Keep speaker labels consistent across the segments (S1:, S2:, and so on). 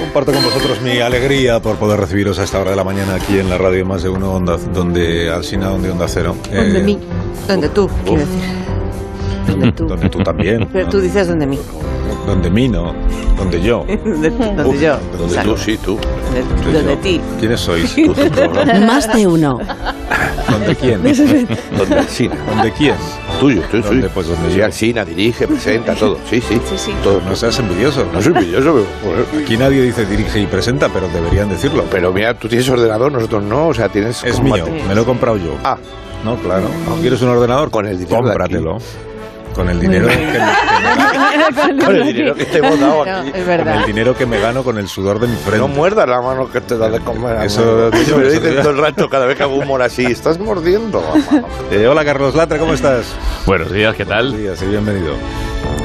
S1: comparto con vosotros mi alegría por poder recibiros a esta hora de la mañana aquí en la radio Más de Uno, onda, donde Alsina, donde Onda Cero.
S2: Donde
S1: Eh,
S2: mí, donde tú,
S1: uf.
S2: quiero decir. Donde tú.
S1: Donde tú también.
S2: Pero tú dices donde mí.
S1: Donde mí, no. Donde yo.
S2: Donde, donde
S1: Uf,
S2: yo.
S1: donde
S3: Donde
S2: Exacto.
S3: tú, sí, tú.
S2: Donde,
S1: Donde
S2: donde
S1: yo.
S2: ti.
S1: ¿Quiénes sois?
S3: Tú, tu programa.
S4: Más de uno.
S1: ¿Donde quién?
S3: Donde Alcina.
S1: ¿Donde quién?
S3: Tuyo, tú,
S1: ¿Dónde?
S3: sí.
S1: Pues donde
S3: Sí,
S1: yo.
S3: Alsina dirige, presenta, todo. Sí, sí.
S2: Sí, sí.
S3: Todo.
S1: No seas envidioso.
S3: No soy envidioso, pero, joder.
S1: Aquí nadie dice dirige y presenta, pero deberían decirlo.
S3: pero mira, tú tienes ordenador, nosotros no. O sea, tienes.
S1: Es
S3: como
S1: mío,
S3: mate-
S1: me lo he comprado yo.
S3: Ah,
S1: No, claro. Ah, ¿Quieres un ordenador?
S3: Con el dinero de
S1: Cómpratelo. Con el dinero que me,
S3: con el dinero que te hemos dado aquí.
S2: No, es
S1: con el
S2: verdad.
S1: dinero que me gano con el sudor de mi frente.
S3: No muerdas la mano que te da de comer. amigo.
S1: Eso-
S3: me lo
S1: eso-
S3: dicen todo el rato cada vez que hago humor así. Estás mordiendo la mano.
S1: Eh, hola Carlos Latre, ¿cómo estás?
S5: Buenos días, ¿qué
S1: Buenos
S5: tal?
S1: días y bienvenido.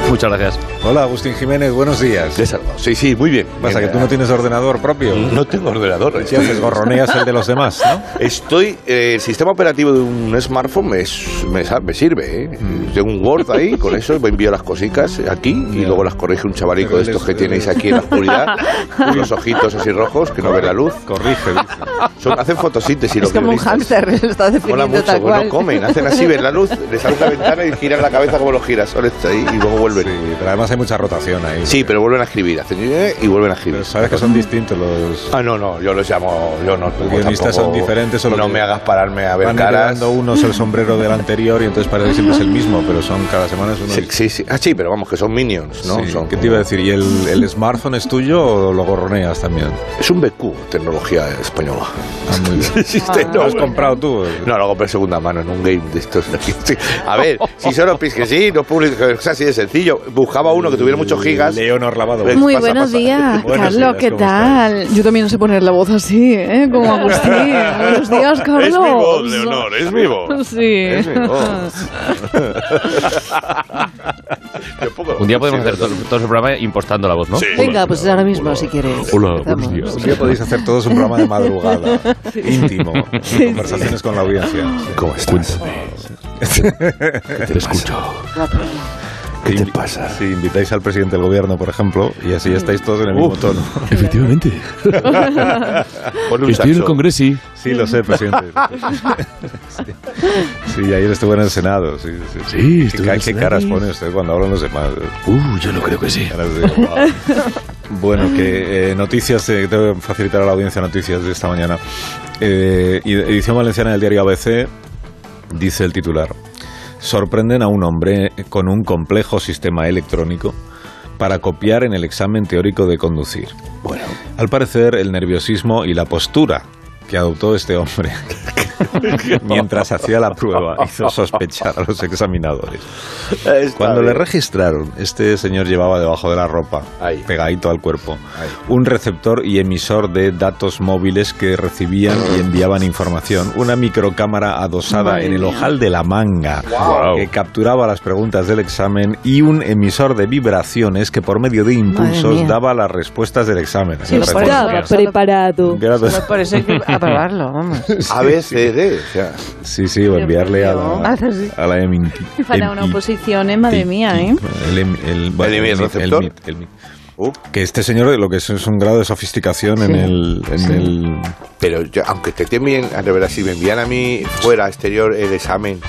S5: Muchas gracias.
S1: Hola Agustín Jiménez, buenos días.
S3: Te he salvado. Sí, sí, muy bien. Mm,
S1: Pasa que tú no tienes ordenador propio.
S3: No tengo ordenador. eh.
S1: Si haces gorroneas el de los demás, ¿no?
S3: Estoy. eh, el sistema operativo de un smartphone me, s- me sa- me sirve. ¿eh? Tengo un Word ahí, con eso me envío las cositas aquí y
S1: Mm. Ya.
S3: luego las corrige un chavalico
S1: Pero eh,
S3: de
S1: él
S3: estos
S1: es-
S3: que
S1: él
S3: tenéis
S1: es-
S3: aquí en la oscuridad, con los ojitos así rojos que no ven la luz.
S1: Corrige, dice.
S3: Son, hacen fotosíntesis los
S2: Es como un
S3: guionistas.
S2: hámster, lo estás
S3: Mola
S2: definiendo
S3: mucho,
S2: tal
S3: bueno,
S2: cual.
S3: comen, hacen así, ven la luz, les abren la ventana y giran la cabeza como los girasoles ahí y luego vuelven. Sí.
S1: Sí, pero además hay mucha rotación ahí.
S3: pero vuelven a escribir, hacen eh, y vuelven a escribir.
S1: Pero sabes que son distintos los...
S3: Ah, no, no, yo los llamo, yo no.
S1: Los guionistas son diferentes, solo
S3: No
S1: que
S3: me hagas pararme a ver
S1: Van
S3: caras.
S1: quedando unos el sombrero del anterior y entonces parece que siempre es el mismo, pero son cada semana es uno
S3: Sí, sí, sí. Ah, sí, pero vamos, que son minions, ¿no?
S1: Sí,
S3: Son
S1: ¿Qué te iba a decir? ¿Y el, el smartphone es tuyo o lo gorroneas también?
S3: Es un BQ, tecnología española.
S1: Ah, muy bien.
S3: Existe,
S1: ¿Lo
S3: no,
S1: has comprado tú?
S3: No, lo compré segunda mano en un game de estos. Sí. A ver, si son los pis que sí, no público, o sea, así de sencillo. Buscaba uno que tuviera muchos gigas.
S1: Leonor Lavado.
S3: Eh,
S6: Muy
S3: pasa,
S6: buenos
S3: pasa.
S6: días,
S1: Pues Buenos
S6: Carlos,
S1: días,
S6: ¿qué
S1: ¿cómo
S6: tal? Yo también no sé poner la voz así, ¿eh? Como Agustín. buenos días, Carlos.
S3: es mi voz.
S6: Sí.
S3: Es mi voz. Qué poco-
S5: Un día podemos
S3: sí,
S5: hacer todo, todo el programa impostando la voz, ¿no?
S3: Sí.
S2: Venga, pues ahora mismo, si quieres.
S5: Hola,
S2: Empezamos.
S5: buenos días.
S1: Un día podéis hacer todos un programa de madrugada, íntimo, conversaciones con la audiencia.
S3: ¿Cómo estás? ¿Qué te escucho? ¿Qué te pasa?
S1: Si invitáis al presidente del gobierno, por ejemplo, y así estáis todos en el mismo tono.
S7: Efectivamente.
S3: Ponle un
S7: Estoy en el
S3: saxo.
S7: Congreso. y
S1: Sí, lo sé, presidente. Sí, sí, ayer estuvo en el Senado. Sí, sí, sí.
S7: Sí,
S1: ¿Qué
S7: estuve
S1: ca-
S7: en el
S1: ¿Qué,
S7: Senado.
S1: caras pone usted cuando hablan los demás?
S7: Uh, yo no creo que sí.
S1: Caras de- wow. Bueno, que eh, noticias, eh, tengo que facilitar a la audiencia noticias de esta mañana. Eh, edición valenciana del diario ABC dice el titular. Sorprenden a un hombre con un complejo sistema electrónico para copiar en el examen teórico de conducir.
S3: Bueno.
S1: Al parecer, el nerviosismo y la postura que adoptó este hombre mientras hacía la prueba hizo sospechar a los examinadores.
S3: Está
S1: Cuando le
S3: bien.
S1: registraron, este señor llevaba debajo de la ropa,
S3: Ahí.
S1: pegadito al cuerpo,
S3: Ahí.
S1: un receptor y emisor de datos móviles que recibían y enviaban información, una microcámara adosada en el ojal de la manga
S3: Guau.
S1: que capturaba las preguntas del examen y un emisor de vibraciones que por medio de impulsos
S2: mía.
S1: daba las respuestas del examen.
S2: Sí,
S1: Me
S2: por
S1: parece
S2: eso-
S5: Estaba
S4: preparado.
S1: Gracias.
S2: Solo por eso hay que aprobarlo, vamos.
S3: A, B, C, D. O sea,
S1: Sí, sí, o enviarle a la, a la Emin.
S6: Para una oposición, ¿eh? madre mía, ¿eh?
S1: El, em- el, bueno,
S3: El
S1: el
S3: Emin
S1: mit-
S3: receptor.
S1: el mit- el mit.
S3: uh,
S1: Que este señor lo que es es un grado de sofisticación en el... En el
S3: pero yo, aunque te estén bien, de verdad, si me envían a mí fuera, exterior, el examen,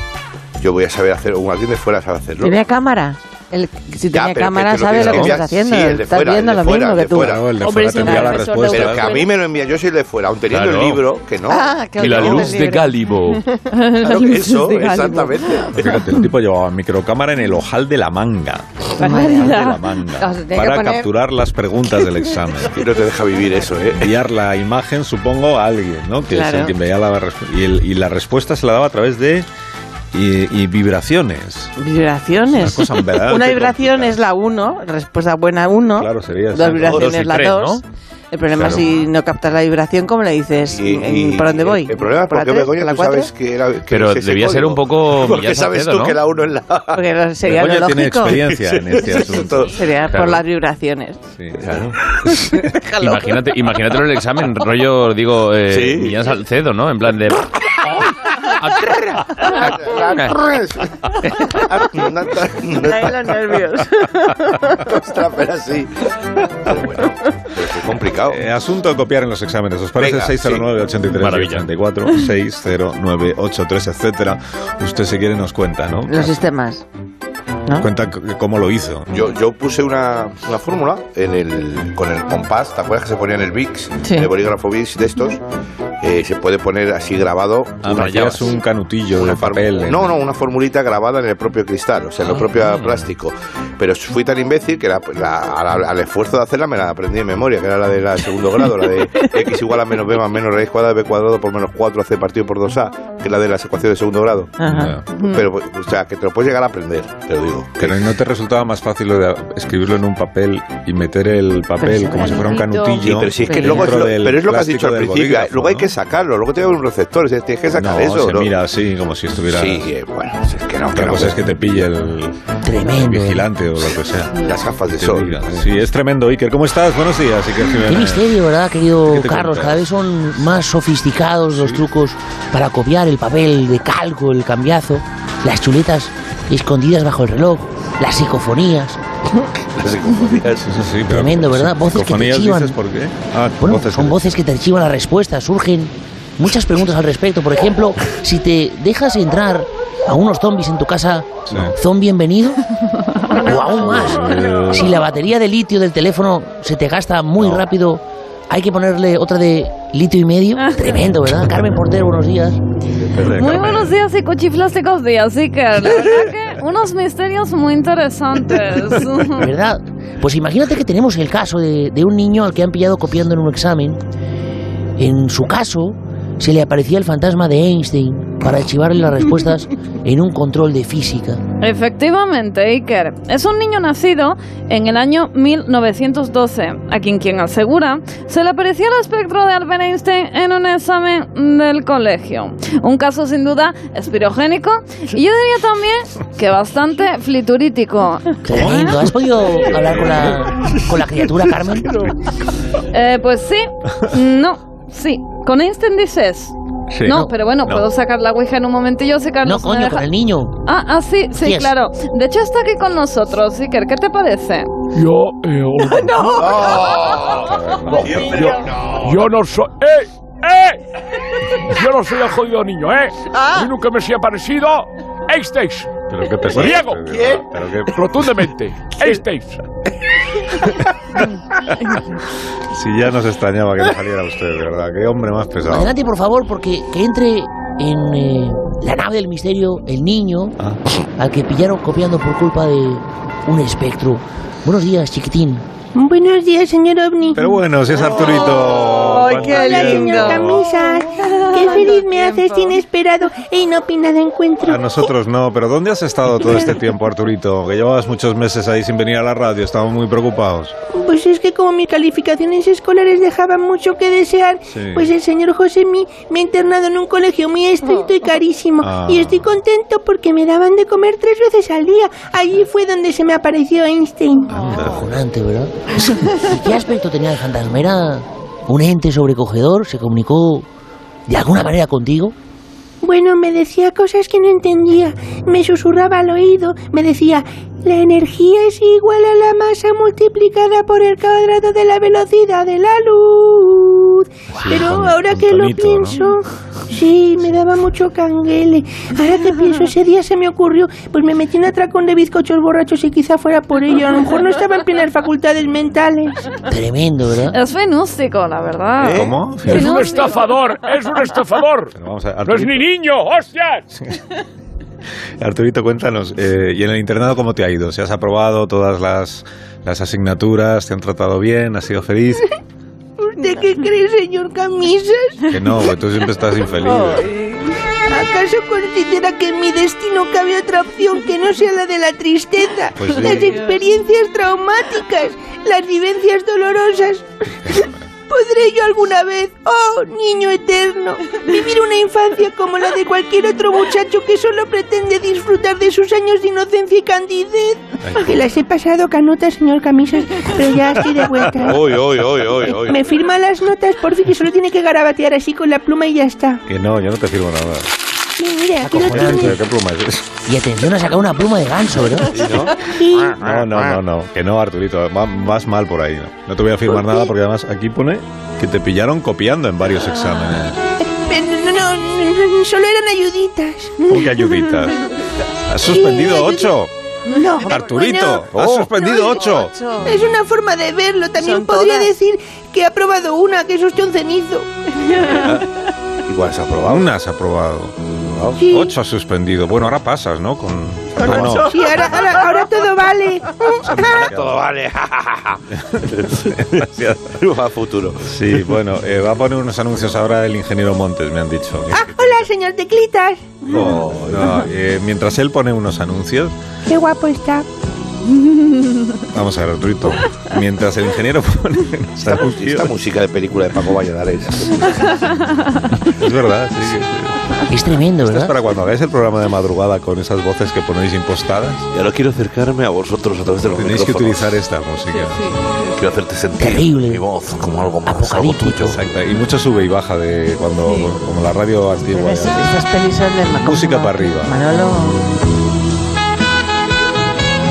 S3: yo voy a saber hacer, o alguien de fuera sabe hacerlo.
S2: Tenía cámara. El- si
S3: Ya,
S2: tenía
S3: pero
S2: cámara,
S3: que tú lo
S2: sabe
S3: tienes
S2: lo que
S3: que
S2: estás
S3: enviar.
S2: haciendo.
S3: Sí, el de
S2: estás
S3: fuera,
S2: viendo
S3: el de
S2: lo
S3: fuera,
S2: mismo
S3: el de
S2: que tú.
S3: fuera.
S1: Claro, el de
S6: Hombre,
S1: fuera
S6: si
S1: te envía
S6: no,
S1: la
S6: eso no
S1: respuesta.
S3: Pero que a mí me lo envía, yo soy el de fuera, aun teniendo
S5: Claro.
S3: el libro, que no.
S2: Ah,
S7: Y
S2: claro,
S7: la
S2: no,
S7: luz de
S2: libre.
S7: Cálibo.
S3: Claro,
S6: Las luces
S3: eso,
S6: de Galibo.
S3: exactamente.
S1: Fíjate, el tipo llevaba microcámara en el ojal de la manga. Ojal de la manga.
S2: O sea, tenía que
S1: para
S2: poner-
S1: capturar las preguntas del examen.
S3: Y no te deja vivir eso, ¿eh?
S1: enviar la imagen, supongo, a alguien, ¿no? Que
S2: Claro.
S1: es el que enviaba la respu- y, el- y la respuesta se la daba a través de y, y vibraciones. Una
S2: Vibraciones.
S1: cosa verdaderamente
S2: Una vibración
S1: complicada.
S2: es la 1, respuesta buena 1.
S1: Claro, sería
S2: Dos
S1: esa, ¿no?
S2: vibraciones
S5: Dos y
S2: la
S5: tres,
S2: 2. El problema
S1: Claro.
S2: es si no captas la vibración, como le dices,
S3: Y-
S2: en-
S3: y-
S2: ¿por dónde voy?
S3: El, problema es
S2: ¿Por
S3: porque,
S2: la tres?
S3: Begoña,
S2: ¿Por la
S3: tú
S2: cuatro?
S3: sabes que era. que
S5: Pero
S3: es ese
S5: debía ser
S3: código.
S5: un poco
S3: Porque
S5: Millán
S3: sabes
S5: Salcedo,
S3: tú
S5: ¿no?
S3: que la uno es la.
S2: Porque lo- sería lo
S1: Begoña
S2: lógico.
S1: tiene experiencia en
S3: Sí,
S1: este
S3: sí,
S1: asunto.
S3: todo.
S2: Sería
S5: Claro.
S2: por las vibraciones.
S1: Sí.
S2: Déjalo.
S5: Imagínate, imagínatelo en el examen, rollo, digo, eh,
S3: Sí.
S5: Millán Salcedo, ¿no? En plan de...
S2: Trae los nervios.
S3: Ostras, pero así. Pero bueno, pero qué complicado.
S1: Eh, asunto a copiar en los exámenes. ¿Os parece?
S3: Venga,
S1: 609 83
S5: Maravilla.
S1: 84 609 83 etcétera. Usted, si quiere, nos cuenta, ¿no?
S2: Los sistemas. Eh, ¿No?
S1: Cuenta c- cómo lo hizo.
S3: Yo, yo puse una, una fórmula en el, con el compás, ¿te acuerdas que se ponía en el VIX?
S2: Sí.
S3: En el bolígrafo VIX de estos. eh, se puede poner así grabado.
S1: Ah,
S3: unas
S1: Rayabas
S3: llaves.
S1: un canutillo
S3: Una
S1: de
S3: form-
S1: papel. ¿eh? Ah. en-
S3: No, no, una formulita grabada en el propio cristal, o sea, en el propio plástico. Pero fui tan imbécil que la- la- al, al esfuerzo de hacerla me la aprendí de memoria, que era la de la segundo grado, la de x igual a menos b más menos raíz cuadrada de b cuadrado por menos 4c partido por 2a, que es la de las ecuaciones de segundo grado.
S2: Ajá.
S1: Ya.
S3: Pero, o sea, que te lo puedes llegar a aprender, te lo digo. Que
S1: Pero ¿no te resultaba más fácil lo de escribirlo en un papel y meter el
S2: Pero sí,
S1: papel como si fuera un
S6: canutito.
S1: canutillo?
S3: Sí, pero si es que
S2: Pero
S3: luego es
S1: dentro
S3: lo,
S1: del
S3: pero es lo que has dicho
S1: plástico
S3: al
S1: del
S3: principio.
S1: bolígrafo,
S3: luego hay
S1: ¿no?
S3: que sacarlo, luego te un receptor, es decir, tienes que sacar
S1: no,
S3: eso.
S1: se
S3: ¿no?
S1: mira así, como si estuviera...
S3: Sí, eh, bueno, es que no, que
S1: Otra
S3: no.
S1: cosa es que te pille el, el vigilante o lo que sea.
S3: Las gafas de
S1: Te
S3: sol.
S1: diga. Sí, es tremendo. Iker, ¿cómo estás? Buenos días, Iker Jiménez.
S4: Qué misterio, ¿verdad,
S1: ¿Qué
S4: querido
S1: te
S4: Carlos?
S1: cuentas?
S4: Cada vez son más sofisticados los trucos para copiar el papel de calco, el cambiazo, las chuletas escondidas bajo el reloj, las psicofonías.
S3: Las psicofonías.
S1: Sí, sí, pero-
S4: Tremendo, ¿verdad? Voces que te
S1: psicofonías,
S4: chivan.
S1: dices, por qué? Ah,
S4: Bueno,
S1: voces
S4: son
S1: que-
S4: voces que te archivan la respuesta, surgen muchas preguntas al respecto. Por ejemplo, si te dejas entrar a unos zombies en tu casa,
S1: Sí.
S4: ¿son bienvenido? O aún más, si la batería de litio del teléfono se te gasta muy rápido, hay que ponerle otra de litio y medio. Tremendo, ¿verdad? Carmen Portero, buenos días.
S1: Espera,
S6: Ah. Muy
S1: Carmen.
S6: buenos días y cuchiflásticos días, así que la verdad que unos misterios muy interesantes.
S4: ¿Verdad? Pues imagínate que tenemos el caso de, de un niño al que han pillado copiando en un examen. En su caso, se le aparecía el fantasma de Einstein para archivarle las respuestas en un control de física.
S6: Efectivamente, Iker. Es un niño nacido en el año 1912, a quien quien asegura se le apareció el espectro de Albert Einstein en un examen del colegio. Un caso sin duda espirogénico y yo diría también que bastante fliturítico.
S4: Tremendo. ¿Has podido hablar con la, con la criatura, Carmen?
S6: Eh, pues sí, no, sí. Con Einstein dices.
S1: Sí.
S6: no, pero bueno, puedo sacar la Ouija en un momentillo, si Carlos
S4: No,
S6: me
S4: coño,
S6: deja-
S4: con el niño.
S6: Ah, ah, sí, sí,
S4: Yes.
S6: claro. De hecho está aquí con nosotros, Iker, ¿qué te parece?
S7: Yo, eh, hola. yo, yo no soy. ¡Eh! ¡Eh! Yo no soy el jodido niño, ¿eh?
S6: Ah.
S7: A mí nunca me se ha parecido Einstein.
S1: Pero qué pesado.
S7: Diego.
S1: Pero- pero qué-
S7: Rotundamente. Einstein.
S1: Si ya nos extrañaba que le saliera a usted, de verdad. Qué hombre más pesado.
S4: Adelante, por favor, porque que entre en eh, la nave del misterio el niño
S1: Ah.
S4: al que pillaron copiando por culpa de un espectro. Buenos días, chiquitín.
S8: Buenos días, señor Ovni.
S1: Pero bueno, si es Arturito.
S2: Ay,
S1: ¿cuánto
S2: Oh, qué
S8: Hola,
S1: tiempo?
S2: lindo.
S8: señor Camisas. Qué feliz me
S2: tiempo.
S8: hace este inesperado e inopinado encuentro.
S1: A nosotros Ah, no, pero ¿dónde has estado todo este tiempo, Arturito? Que llevabas muchos meses ahí sin venir a la radio, estábamos muy preocupados.
S8: Pues es que como mis calificaciones escolares dejaban mucho que desear,
S1: Sí.
S8: pues el señor José mi, me ha internado en un colegio muy estricto y carísimo.
S1: Ah.
S8: Y estoy contento porque me daban de comer tres veces al día. Allí fue donde se me apareció Einstein.
S1: Ah.
S4: Acojonante, ¿verdad? ¿Qué aspecto tenía el fantasma? ¿Era un ente sobrecogedor? ¿Se comunicó de alguna manera contigo?
S8: Bueno, me decía cosas que no entendía. Me susurraba al oído. Me decía, la energía es igual a la masa multiplicada por el cuadrado de la velocidad de la luz. Pero
S1: con-
S8: ahora
S1: con
S8: que
S1: tonito,
S8: lo
S1: ¿no?
S8: pienso, sí, me daba mucho canguele. Ahora que pienso, ese día se me ocurrió, pues me metí en un atracón de bizcochos borrachos y quizá fuera por ello. A lo mejor no estaba en plenas facultades mentales.
S4: Tremendo, ¿verdad?
S6: Es fenústico, la verdad.
S1: ¿Cómo?
S6: Sí,
S1: Pero
S7: Es
S6: no,
S7: un
S6: sí.
S7: estafador. Es un estafador.
S1: vamos a
S7: No es ni
S1: Arturito,
S7: niño, hostias.
S1: Arturito, cuéntanos. eh, ¿Y en el internado cómo te ha ido? ¿Si has aprobado todas las, las asignaturas? ¿Te han tratado bien? ¿Has sido feliz?
S8: ¿Usted qué cree, señor Camisas?
S1: Que no, que tú siempre estás infeliz.
S8: ¿Acaso considera que en mi destino cabe otra opción que no sea la de la tristeza?
S1: Pues sí.
S8: Las experiencias traumáticas, las vivencias dolorosas. ¿Podré yo alguna vez, oh niño eterno, vivir una infancia como la de cualquier otro muchacho que solo pretende disfrutar de sus años de inocencia y candidez? Que las he pasado canutas, señor Camisas, pero ya estoy de vuelta.
S3: Uy, uy, uy, uy, uy.
S8: Me firma las notas, por fin, que solo tiene que garabatear así con la pluma y ya está.
S1: Que no, yo no te firmo nada.
S8: Mira, mira, aquí lo
S1: Joder,
S8: tiene.
S1: pero ¿Qué pluma es eso?
S4: Y atención, ha sacado una pluma de ganso, bro.
S8: Sí.
S1: No, no, no, no. Que no, Arturito. va- Vas mal por ahí. No te voy a firmar nada porque además aquí pone que te pillaron copiando en varios exámenes.
S8: Pero Eh, no, no, no, no, solo eran ayuditas.
S1: Uy, qué ayuditas. Has suspendido ocho.
S8: No.
S1: Arturito,
S8: Bueno,
S1: has suspendido
S8: No,
S1: ocho.
S8: Es una forma de verlo. También
S2: Son
S8: podría
S2: todas.
S8: decir que ha probado una, que es usted un cenizo.
S3: Igual se ha probado.
S1: Una has aprobado.
S8: Sí.
S1: Ocho has suspendido. Bueno, ahora pasas, ¿no? Con. Ah, no.
S8: Sí, ahora, ahora, ahora todo vale.
S3: Ah, Todo vale.
S1: Gracias.
S3: a futuro.
S1: Sí, bueno, eh, va a poner unos anuncios ahora el ingeniero Montes, me han dicho.
S8: Ah, hola, señor Teclitas.
S1: No, no, eh, mientras él pone unos anuncios,
S8: Qué guapo está.
S1: vamos a ver, Arturito. Mientras el ingeniero pone unos
S3: Esta, mu- esta
S1: anuncios,
S3: música de película de Paco Valladares.
S1: es verdad, sí, sí, sí.
S4: Es tremendo,
S1: Esto es
S4: ¿verdad?
S1: para cuando hagáis el programa de madrugada con esas voces que ponéis impostadas.
S3: Y ahora quiero acercarme a vosotros a través de los
S1: Tenéis que
S3: micrófonos.
S1: utilizar esta música.
S3: Quiero hacerte sentir
S4: Terrible.
S3: mi voz como algo más, algo
S4: Apocalíptico.
S3: tuyo.
S1: Exacto. Y mucho sube y baja de cuando, como la radio antigua. eh.
S2: Estas pelis son de Manolo.
S1: Música para arriba.
S2: Manolo.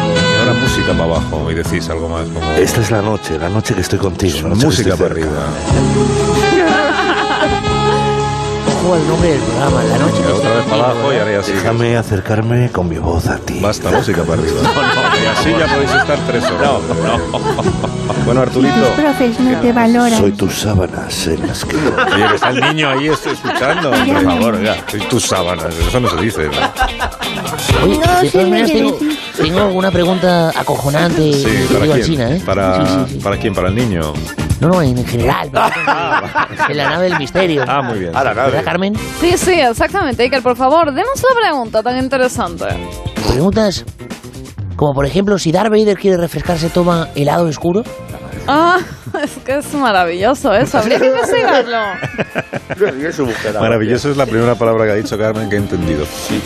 S1: Y ahora música para abajo y decís algo más como
S3: Esta es la noche, la noche que estoy contigo. la noche que
S1: música
S3: estoy
S1: para
S3: cerca.
S1: arriba.
S4: Ojo al nombre del programa, la noche.
S1: Y
S4: que
S1: otra
S4: está
S1: vez para
S4: contigo,
S1: abajo y
S4: ¿verdad?
S1: ahora ya sí.
S3: Déjame acercarme con mi voz a ti.
S1: Basta, música para arriba. y así ya podéis estar tres horas. Bueno, Arturito.
S8: Tus profes no te valoran.
S3: Soy tus sábanas en las que duermo.
S1: Oye, que está el niño ahí estoy escuchando. Por favor, ya. Soy tus sábanas. Eso no se dice. ¿no?
S4: Oye,
S8: No
S4: de
S8: sé
S4: todas
S8: lo
S4: maneras
S8: que
S4: tengo, tengo alguna pregunta acojonante
S1: Sí,
S4: que digo
S1: ¿para
S4: a
S1: quién?
S4: China, ¿eh?
S1: ¿Para,
S4: Sí, sí, sí.
S1: ¿Para quién? ¿Para el niño?
S4: No, no, en general. pero- en la nave del misterio.
S1: Ah, muy bien.
S3: Ahora,
S4: ¿Verdad,
S3: nada.
S4: Carmen?
S6: Sí, sí, exactamente. Iker, por favor, demos la pregunta tan interesante.
S4: Preguntas como, por ejemplo, si Darth Vader quiere refrescarse, toma helado oscuro.
S6: Ah, es que es maravilloso eso. Habría que investigarlo.
S1: Maravilloso es la primera palabra que ha dicho Carmen que he entendido.
S6: Sí,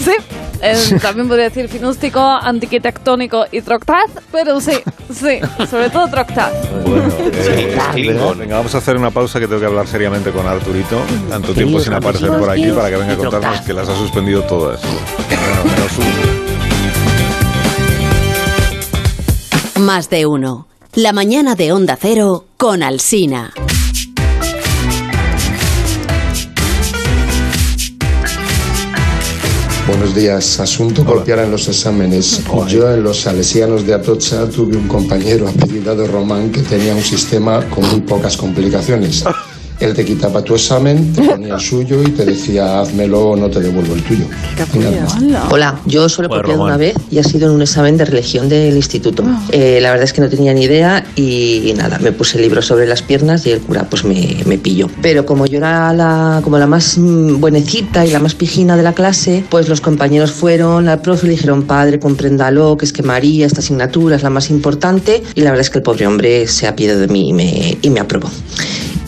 S6: eh, también podría decir finústico, antiquitectónico y troctaz, pero sí, sí, sobre todo troctaz.
S1: Bueno, eh,
S4: Ah, ¿verdad?
S1: venga, vamos a hacer una pausa que tengo que hablar seriamente con Arturito. Tanto tiempo
S4: Queridos
S1: sin aparecer
S4: amigos,
S1: por aquí
S4: queridos
S1: para que venga a
S4: amigos.
S1: contarnos que las ha suspendido todas. Bueno, menos uno.
S9: Más de uno. La mañana de Onda Cero con Alsina.
S10: Buenos días. Asunto porque ahora en los exámenes. Yo en los salesianos de Atocha tuve un compañero apellidado Román que tenía un sistema con muy pocas complicaciones. Él te quitaba tu examen, te ponía el suyo y te decía hazmelo o no te devuelvo el tuyo. Nada más.
S11: Hola, yo solo he
S1: Hola,
S11: copiado
S1: Román.
S11: una vez y ha sido en un examen de religión del instituto. Eh, la verdad es que no tenía ni idea y nada, me puse el libro sobre las piernas y el cura pues me, me pilló. Pero como yo era la, como la más mm, buenecita y la más pijina de la clase, pues los compañeros fueron al profe y le dijeron, padre, compréndalo, que es que María, esta asignatura es la más importante y la verdad es que el pobre hombre se ha piedad de mí y me, y me aprobó.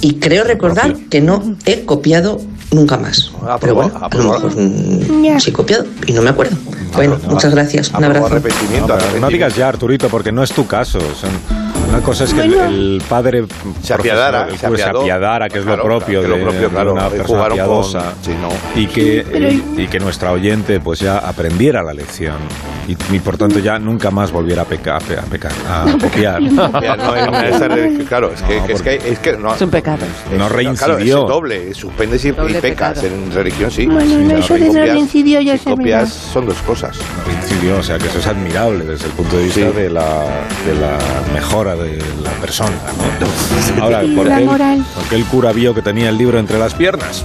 S11: Y creo recordar que no he copiado nunca más.
S3: Aprobó,
S11: Pero bueno, a lo
S3: aprobó.
S11: mejor mm,
S8: Ya.
S11: sí he copiado y no me acuerdo. Bueno, muchas gracias. Un
S3: Aprobó
S11: abrazo.
S1: No,
S3: arrepentimiento,
S1: pero no
S3: arrepentimiento.
S1: digas ya, Arturito, porque no es tu caso. Son- una cosa es que el, el padre
S3: Se apiadara,
S1: profesor, el
S3: se
S1: cura se
S3: apiadó.
S1: apiadara, que es
S3: Claro,
S1: lo propio
S3: que lo
S1: de,
S3: propio,
S1: de
S3: claro,
S1: una
S3: y
S1: persona
S3: jugaron con-
S1: piadosa.
S3: sí, no.
S1: y, que, y que nuestra oyente pues ya aprendiera la lección y, y, por tanto ya nunca más volviera a pecar, a pecar, a copiar.
S3: Ya, no, es una de esas de- Claro, es que,
S1: No,
S3: es que, es que no,
S2: Es un pecado.
S3: Claro,
S1: No
S3: es
S1: reincidió.
S3: el doble, suspendes y, y
S2: Doble
S3: pecas.
S2: pecado.
S3: En religión sí.
S8: Bueno, no, eso de no
S3: copias-
S8: reincidió ya
S3: si
S8: se
S3: copias son dos cosas.
S1: reincidió, o sea que eso es admirable desde el punto de vista
S3: Sí.
S1: de, la, de la mejora de la persona. ¿no? Ahora, ¿por
S8: La
S1: qué, el-
S8: moral.
S1: por qué el cura vio que tenía el libro entre las piernas?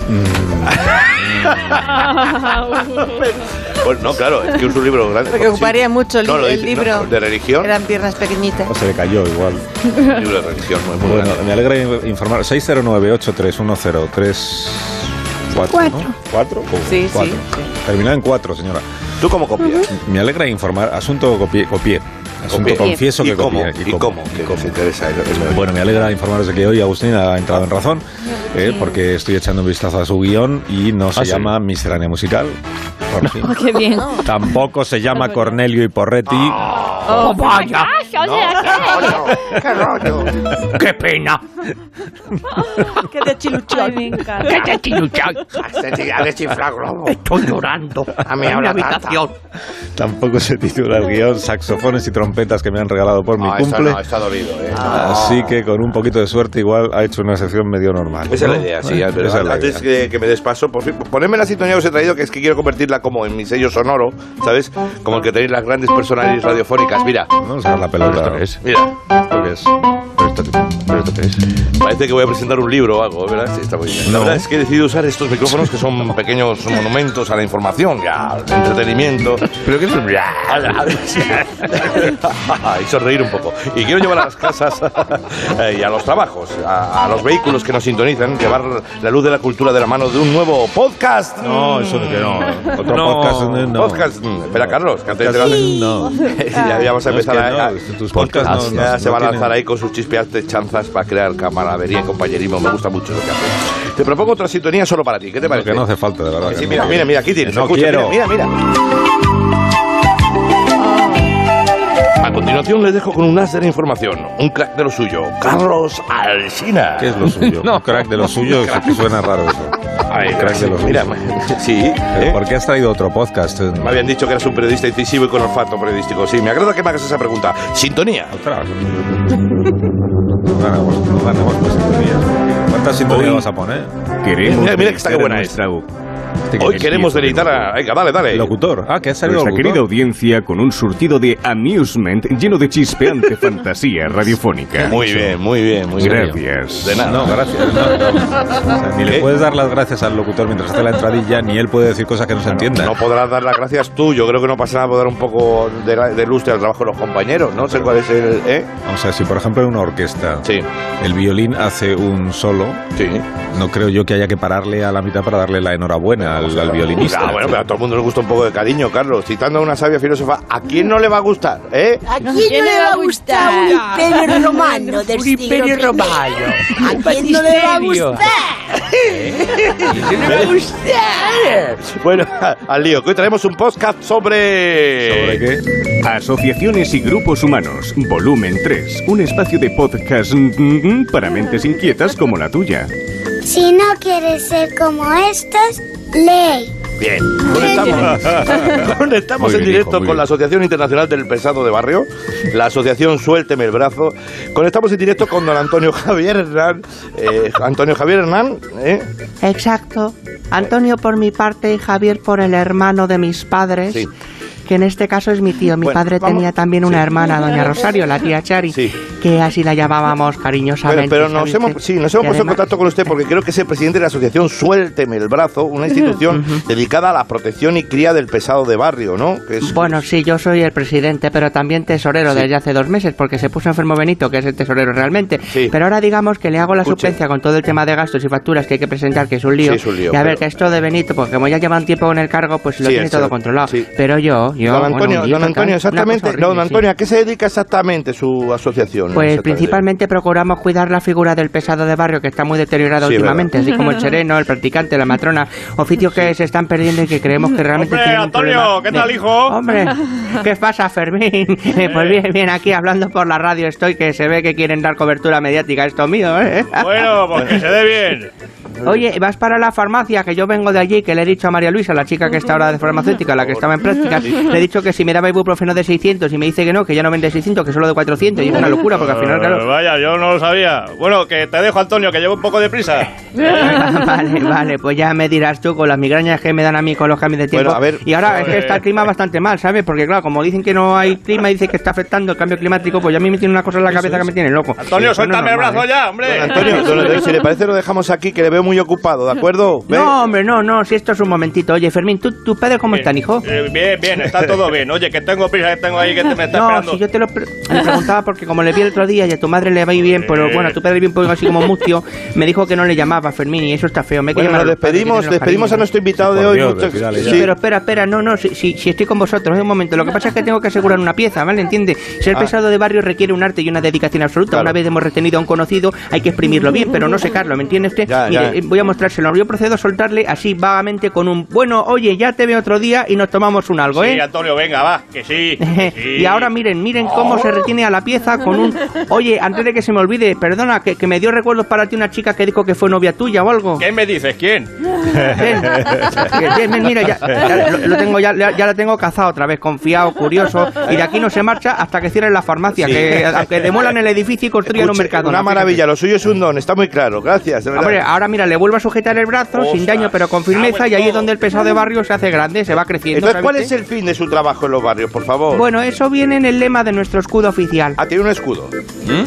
S3: Pues no, claro, es que es un libro grande.
S2: Porque
S3: Sí.
S2: ocuparía mucho el,
S3: No, lo
S2: el
S3: dice,
S2: libro.
S3: no, de religión,
S2: Eran piernas pequeñitas.
S1: O se le cayó igual.
S3: un libro de religión. Muy, muy
S1: Bueno,
S3: grande.
S1: me alegra informar. 609-83103.
S8: Cuatro.
S1: ¿no? ¿Cuatro? Oh,
S2: Sí, sí,
S1: cuatro.
S2: sí.
S1: Terminada en cuatro, señora.
S3: ¿Tú cómo copias?
S1: Me alegra informar. Asunto copié. copié. Asunto
S3: Copié.
S1: confieso
S3: ¿Y
S1: que
S3: cómo?
S1: copié,
S3: ¿Y cómo? Que os interesa. es lo que me-
S1: Bueno, me alegra informaros de que hoy Agustín ha entrado en razón, eh, porque estoy echando un vistazo a su guión y no se
S5: Ah, sí.
S1: llama Miscelánea Musical. por fin.
S12: Oh,
S6: Qué bien.
S1: Tampoco se llama Cornelio y Porretti.
S2: Ah.
S6: Oh, vaya.
S3: ¡Qué rollo!
S7: ¡Qué pena!
S2: ¡Qué de chiluchón! me encanta.
S7: ¡Qué te chiluchan!
S3: ya le chifla globo.
S7: Estoy llorando.
S3: A mí
S7: en mi
S3: habla tata.
S7: habitación.
S1: Tampoco se titula el guión Saxofones y Trompetas que me han regalado por mi
S3: Ah, esa
S1: cumple.
S3: no, está dolido, ¿eh?
S1: Así que con un poquito de suerte igual ha hecho una sección medio normal.
S3: Esa es la
S1: ¿no?
S3: idea, sí.
S1: Eh,
S3: ya, pero
S1: esa es la
S3: antes
S1: idea.
S3: que, que me des paso, por fin, ponedme la sintonía que os he traído, que es que quiero convertirla como en mi sello sonoro, ¿sabes? Como el que tenéis las grandes personalidades radiofónicas. Mira,
S1: Vamos a dar la pelota.
S5: ¿Esto qué es?
S3: mira,
S1: ¿Esto qué es? ¿Pero esto qué- pero esto qué es?
S3: parece que voy a presentar un libro o algo, ¿eh? ¿verdad? Sí, está muy bien. La
S1: No.
S3: verdad es que he decidido usar estos micrófonos que son pequeños monumentos a la información, ya, al entretenimiento.
S5: ¿Pero qué es?
S3: y sonreír un poco. Y quiero llevar a las casas eh, y a los trabajos, a, a los vehículos que nos sintonizan, llevar la luz de la cultura de la mano de un nuevo podcast.
S1: No, eso de que no. Otro
S5: No.
S1: podcast. eh, No.
S3: Podcast. mm, Espera, Carlos, que antes de
S1: Podcast, no.
S3: ya, ya vas a
S1: No, es
S3: empezar
S1: que
S3: a-
S1: no,
S3: a-
S1: tus
S3: podcast,
S1: podcasts no-
S3: ya
S1: no-
S3: se va
S1: no
S3: a lanzar
S1: tienen-
S3: ahí con sus chispeantes chanzas para crear camaradería y compañerismo. Me gusta mucho lo que hace. Te propongo otra sintonía solo para ti. ¿Qué te parece?
S1: Porque no hace falta, de verdad.
S3: Sí,
S1: que
S3: mira,
S1: no.
S3: mira, mira, aquí tienes.
S1: No
S3: escucha,
S1: quiero.
S3: Mira, mira, mira. A continuación les dejo con un láser de información, un crack de lo suyo, Carlos Alsina.
S1: ¿Qué es lo suyo? no. crack de lo suyo es que suena raro eso.
S3: A ver,
S1: crack de lo suyo.
S3: Mira, sí.
S1: Pero
S3: ¿eh?
S1: ¿Por qué has traído otro podcast?
S3: Me habían dicho que eras un periodista incisivo y con olfato periodístico. Sí, me agrada que me hagas esa pregunta. Sintonía.
S1: Otra. Ganamos, ganamos por pues sintonía. ¿Cuántas sintonías vas a poner?
S13: Queremos
S3: Mira, mira que está que buena
S13: deleitar a nuestra-
S3: Hoy queremos deleitar a... Venga, dale, dale.
S1: El locutor. Ah, que ha salido
S13: Nuestra
S1: locutor.
S13: querida audiencia con un surtido de amusement lleno de chispeante fantasía radiofónica.
S3: Muy bien, muy bien, muy bien.
S13: Gracias.
S3: De nada.
S1: No, gracias. no, no. O sea, ni le
S3: ¿Eh?
S1: puedes dar las gracias al locutor mientras hace la entradilla, ni él puede decir cosas que no se entiendan.
S3: No podrás dar las gracias tú. Yo creo que no pasa nada por dar un poco de, la- de lustre al trabajo de los compañeros. No sé cuál es el. ¿Eh?
S1: O sea, si por ejemplo en una orquesta
S3: Sí,
S1: el violín hace un solo,
S3: sí.
S1: no creo yo que haya que pararle a la mitad para darle la enhorabuena al, al violinista.
S3: Ah, bueno, pero a todo el mundo le gusta un poco de cariño, Carlos. Citando a una sabia filósofa, ¿a quién no le va a gustar? ¿Eh?
S14: ¿A quién no le va a gustar un imperio romano del siglo I? ¿A quién no le va a gustar?
S3: Bueno, al lío, que hoy traemos un podcast sobre.
S1: ¿Sobre qué?
S13: Asociaciones y grupos humanos, volumen 3, un espacio de podcast mm, mm, para mentes inquietas como la tuya.
S15: Si no quieres ser como estos, lee.
S3: Bien, conectamos, conectamos
S1: Muy
S3: en
S1: bien, hijo,
S3: directo
S1: muy
S3: con
S1: bien.
S3: la Asociación Internacional del Pesado de Barrio, la Asociación Suélteme el Brazo. Conectamos en directo con don Antonio Javier Hernán. eh, Antonio Javier Hernán, ¿eh?
S16: Exacto. Antonio por mi parte y Javier por el hermano de mis padres.
S3: Sí.
S16: Que en este caso es mi tío. Mi
S3: Bueno,
S16: padre
S3: vamos-
S16: tenía también una hermana, doña Rosario, la tía Chari,
S3: Sí.
S16: que así la llamábamos
S3: Bueno,
S16: cariñosamente.
S3: pero nos
S16: ¿sabes
S3: hemos,
S16: pues, qué?
S3: sí, nos
S16: Y
S3: hemos puesto en
S16: además-
S3: contacto con usted porque creo que es el presidente de la asociación Suélteme el Brazo, una institución dedicada a la protección y cría del pesado de barrio, ¿no? Que es-
S16: Bueno, sí, yo soy el presidente, pero también tesorero
S3: Sí.
S16: desde hace dos meses, porque se puso enfermo Benito, que es el tesorero realmente.
S3: Sí.
S16: Pero ahora digamos que le hago la
S3: Escuche.
S16: suplencia con todo el tema de gastos y facturas que hay que presentar, que es un lío.
S3: Sí, es un lío,
S16: y a ver,
S3: pero-
S16: que esto de Benito, porque como ya llevan tiempo en el cargo, pues lo
S3: Sí,
S16: tiene
S3: eso-
S16: todo controlado.
S3: sí.
S16: Pero yo, yo...
S3: don
S16: bueno, un
S3: Antonio,
S16: día
S3: don
S16: para
S3: Antonio,
S16: acá, una cosa
S3: exactamente.
S16: horrible,
S3: don
S16: sí.
S3: Antonio, ¿a qué se dedica exactamente su asociación?
S16: Pues
S3: Exactamente.
S16: principalmente procuramos cuidar la figura del pesado de barrio que está muy deteriorado
S3: Sí, es
S16: últimamente,
S3: verdad.
S16: así como el sereno, el practicante, la matrona, oficios que se están perdiendo y que creemos que realmente
S7: Hombre,
S16: tienen un
S7: Antonio,
S16: problema
S7: ¿qué
S16: de-
S7: tal, hijo?
S16: Hombre, ¿qué pasa, Fermín? Eh, Pues bien, bien, aquí hablando por la radio estoy, que se ve que quieren dar cobertura mediática a esto mío, ¿eh?
S7: Bueno, pues que se dé bien.
S16: Oye, vas para la farmacia, que yo vengo de allí, que le he dicho a María Luisa, la chica que está ahora de farmacéutica, la que estaba en prácticas, le he dicho que si me daba ibuprofeno de 600 y me dice que no, que ya no vende 600, que solo de 400, y es una locura, porque al final, claro,
S7: Eh, Vaya, yo no lo sabía. Bueno, que te dejo, Antonio, que llevo un poco de prisa.
S16: vale, vale, pues ya me dirás tú con las migrañas que me dan a mí con los cambios de tiempo.
S3: Bueno, a ver.
S16: y ahora es que está el clima bastante mal, ¿sabes? Porque claro, como dicen que no hay clima, dicen que está afectando el cambio climático, pues ya a mí me tiene una cosa en la cabeza que me tiene loco.
S7: Antonio,
S16: Eso no es
S7: suéltame el
S16: normal,
S7: brazo
S16: ¿eh?
S7: ya, hombre.
S3: Don Antonio, don Antonio, si le parece lo dejamos aquí, que le veo muy ocupado, ¿de acuerdo? Ve.
S16: No, hombre, no, no, si esto es un momentito. Oye, Fermín, ¿tú, ¿tus padres cómo están, hijo?
S17: Eh, bien, bien, está todo bien. Oye, que tengo prisa, que tengo ahí, que te me está
S16: No,
S17: esperando.
S16: si yo te lo pre- me preguntaba porque como le vi el otro día y a tu madre le va ahí bien, pero bueno, a tu padre le vi un poco así como mustio, me dijo que no le llamaba Fermín y eso está feo. Me hay que
S3: Bueno,
S16: llamar
S3: nos
S16: a los padres que
S3: despedimos,
S16: tienen los
S3: despedimos a
S16: cariños.
S3: nuestro invitado de
S16: Por
S3: hoy.
S16: Dios,
S3: Muchas-
S16: Sí,
S3: Sí.
S16: pero espera, espera, no, no, si, si, si estoy con vosotros, es un momento. Lo que pasa es que tengo que asegurar una pieza, ¿vale? ¿Entiende? Ser
S3: Ah.
S16: pesado de barrio requiere un arte y una dedicación absoluta. Una vez hemos retenido a un conocido, hay que exprimirlo bien, pero no secarlo, ¿me entiende usted?
S3: Ya,
S16: Mire,
S3: ya.
S16: eh, voy a mostrárselo. Yo procedo a soltarle así vagamente con un, bueno, oye, ya te veo otro día y nos tomamos un algo,
S17: Sí,
S16: ¿eh?
S17: Antonio, venga, va, que sí. que sí.
S16: Y ahora miren, miren cómo se retiene a la pieza con un... Oye, antes de que se me olvide, perdona, que, que me dio recuerdos para ti una chica que dijo que fue novia tuya o algo.
S17: ¿Quién me dices? ¿Quién?
S16: Bien, bien, bien, mira, ya, ya lo, lo tengo, ya, ya la tengo cazado otra vez, confiado, curioso. Y de aquí no se marcha hasta que cierren la farmacia,
S3: Sí.
S16: que aunque demuelan el edificio y construyan un
S3: Escuche,
S16: mercado.
S3: Una maravilla, lo suyo es un don, está muy claro. Gracias, de verdad.
S16: Hombre, ah, ahora mira, le vuelvo a sujetar el brazo sin daño, pero con firmeza, y ahí es donde el pesado de barrio se hace grande, se va creciendo.
S3: Entonces,
S16: ¿sabe
S3: ¿cuál
S16: usted?
S3: es el fin de su trabajo en los barrios, por favor?
S16: Bueno, eso viene en el lema de nuestro escudo oficial. ¿Mm?
S3: Ah, tiene un escudo.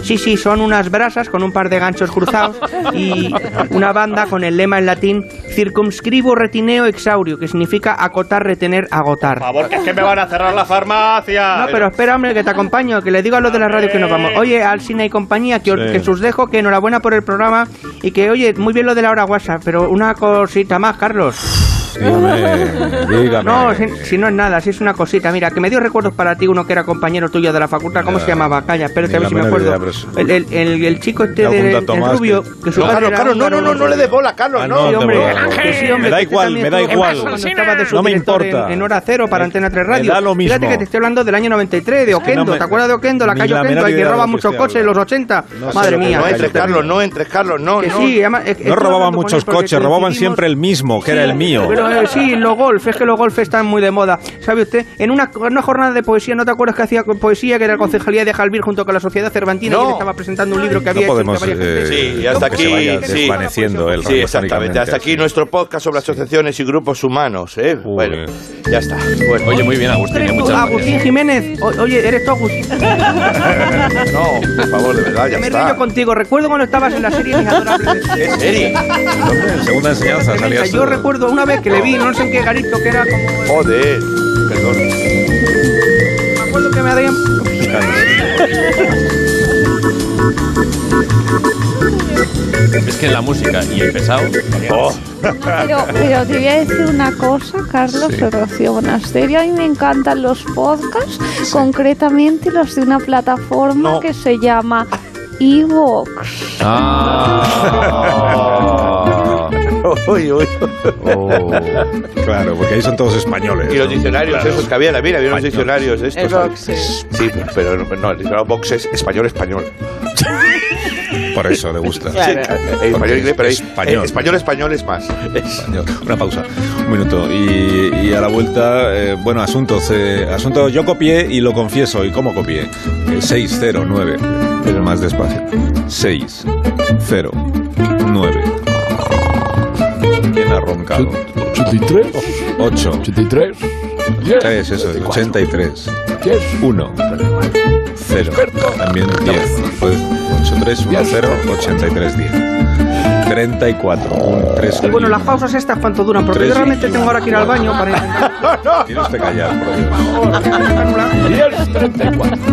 S16: Sí, sí, son unas brasas con un par de ganchos cruzados y una banda con el lema en latín circumscribo retineo exaurio, que significa acotar, retener, agotar.
S17: Por favor, que es que me van a cerrar la farmacia.
S16: No, pero espera, hombre, que te acompaño, que le digo a los de la radio que nos vamos. Oye, Alcina y compañía, que, os-
S17: Sí.
S16: que os dejo, que enhorabuena por el programa y que, oye, muy bien lo de la hora WhatsApp, pero una cosita más, Carlos.
S1: Dígame, dígame.
S16: No, si, si no es nada, si es una cosita. Mira, que me dio recuerdos para ti, uno que era compañero tuyo de la facultad. ¿Cómo
S1: Ya.
S16: se llamaba? Calla, espérate a
S1: Ni
S16: ver
S1: la
S16: si me
S1: menor
S16: acuerdo.
S1: idea, pero es-
S16: el, el, el- el chico este
S1: Algún
S16: del
S1: dato
S16: el
S1: más
S16: rubio,
S1: que-
S16: que su
S1: No,
S16: padre
S1: Carlos,
S16: era
S1: Carlos,
S16: un
S1: no, no, no,
S16: húngaro.
S1: no le des
S3: bola, Carlos,
S1: Ah, no,
S16: Sí,
S1: te
S16: hombre,
S1: bola, no.
S16: que sí, hombre,
S1: Me da
S16: que tú
S1: igual,
S16: también
S1: me da
S16: estuvo
S1: igual.
S16: cuando estaba de
S1: No me
S16: subdirector
S1: importa.
S16: En, en Hora Cero para Antena 3 Radio.
S1: da lo mismo.
S16: Fíjate que te estoy hablando del año 93, de Oquendo.
S1: no me-
S16: ¿Te acuerdas de Oquendo? La
S1: ni
S16: calle
S1: la
S16: Oquendo,
S1: menor
S16: el que
S1: idea de
S16: roba
S1: lo que
S16: muchos
S1: estoy
S16: coches en los 80. Madre mía.
S3: No entres, Carlos, no entres, Carlos, no,
S16: Que
S3: no.
S16: sí, además, es-
S1: No
S16: estoy
S1: robaban
S16: hablando con
S1: muchos
S16: él porque
S1: coches, robaban
S16: coincidimos-
S1: siempre el mismo, que era el mío.
S16: Pero eh, sí, los golf, es que los golf están muy de moda. ¿Sabe usted? En una, en una jornada de poesía, ¿no te acuerdas que hacía poesía que era la concejalía de Jalbir junto con la Sociedad Cervantina
S3: No.
S16: y él estaba presentando un libro que
S1: No
S16: había
S1: podemos
S16: hecho? entre varias
S1: eh,
S16: gentes?
S3: Sí, y hasta
S1: que se
S3: aquí,
S1: vaya
S3: sí.
S1: desvaneciendo el
S3: Sí,
S1: reloj
S3: exactamente. Hasta aquí nuestro podcast sobre asociaciones y grupos humanos. ¿eh? Bueno, ya está. Bueno.
S5: Oye, muy bien, Agustín, eh, muchas
S16: Agustín
S5: gracias.
S16: Jiménez, o- oye, eres tú Agustín.
S3: No, por favor, de verdad, ya
S16: Me
S3: está.
S16: río contigo. Recuerdo cuando estabas en la serie Mis Adorables.
S3: Eri,
S1: Segunda enseñanza, salía
S16: Yo recuerdo una vez que le vi, no sé en qué garito, que era como.
S3: Joder, perdón.
S16: Me acuerdo que me habían.
S5: Es que la música y el pesado.
S7: Oh.
S6: Pero, pero te voy a decir una cosa, Carlos
S5: Sí.
S6: Horacio Monasterio. A mí me encantan los podcasts, concretamente los de una plataforma que se llama Evox.
S1: Ah.
S3: Uy, uy.
S1: Oh, Claro, porque ahí son todos españoles.
S3: Y los
S1: ¿no?
S3: diccionarios,
S1: Claro.
S3: esos que había, mira, había unos
S1: Español.
S3: diccionarios de estos.
S1: El
S3: Sí, pero no, no, el diccionario box es español-español.
S1: Por eso le gusta.
S3: Claro. Eh, español, inglés, pero ahí- eh,
S1: Español.
S3: español-español es más.
S1: Señor, Una pausa, un minuto. Y, y a la vuelta, eh, bueno, asuntos. eh, asunto, yo copié y lo confieso. ¿Y cómo copié? Eh, 609, pero más despacio. 609. ¿Quién ha roncado?
S7: 83.
S1: 8.
S7: 83.
S1: 3, eso, es, 83. 1. 0. También Pues, 10. 8, 3, 1, 0, 83, 10. 34. 3,
S16: Y bueno, las pausas estas cuánto duran, porque
S1: Tres
S16: yo realmente
S1: y-
S16: tengo ahora que ir al baño para intentar.
S1: Tiene usted callar, por Dios.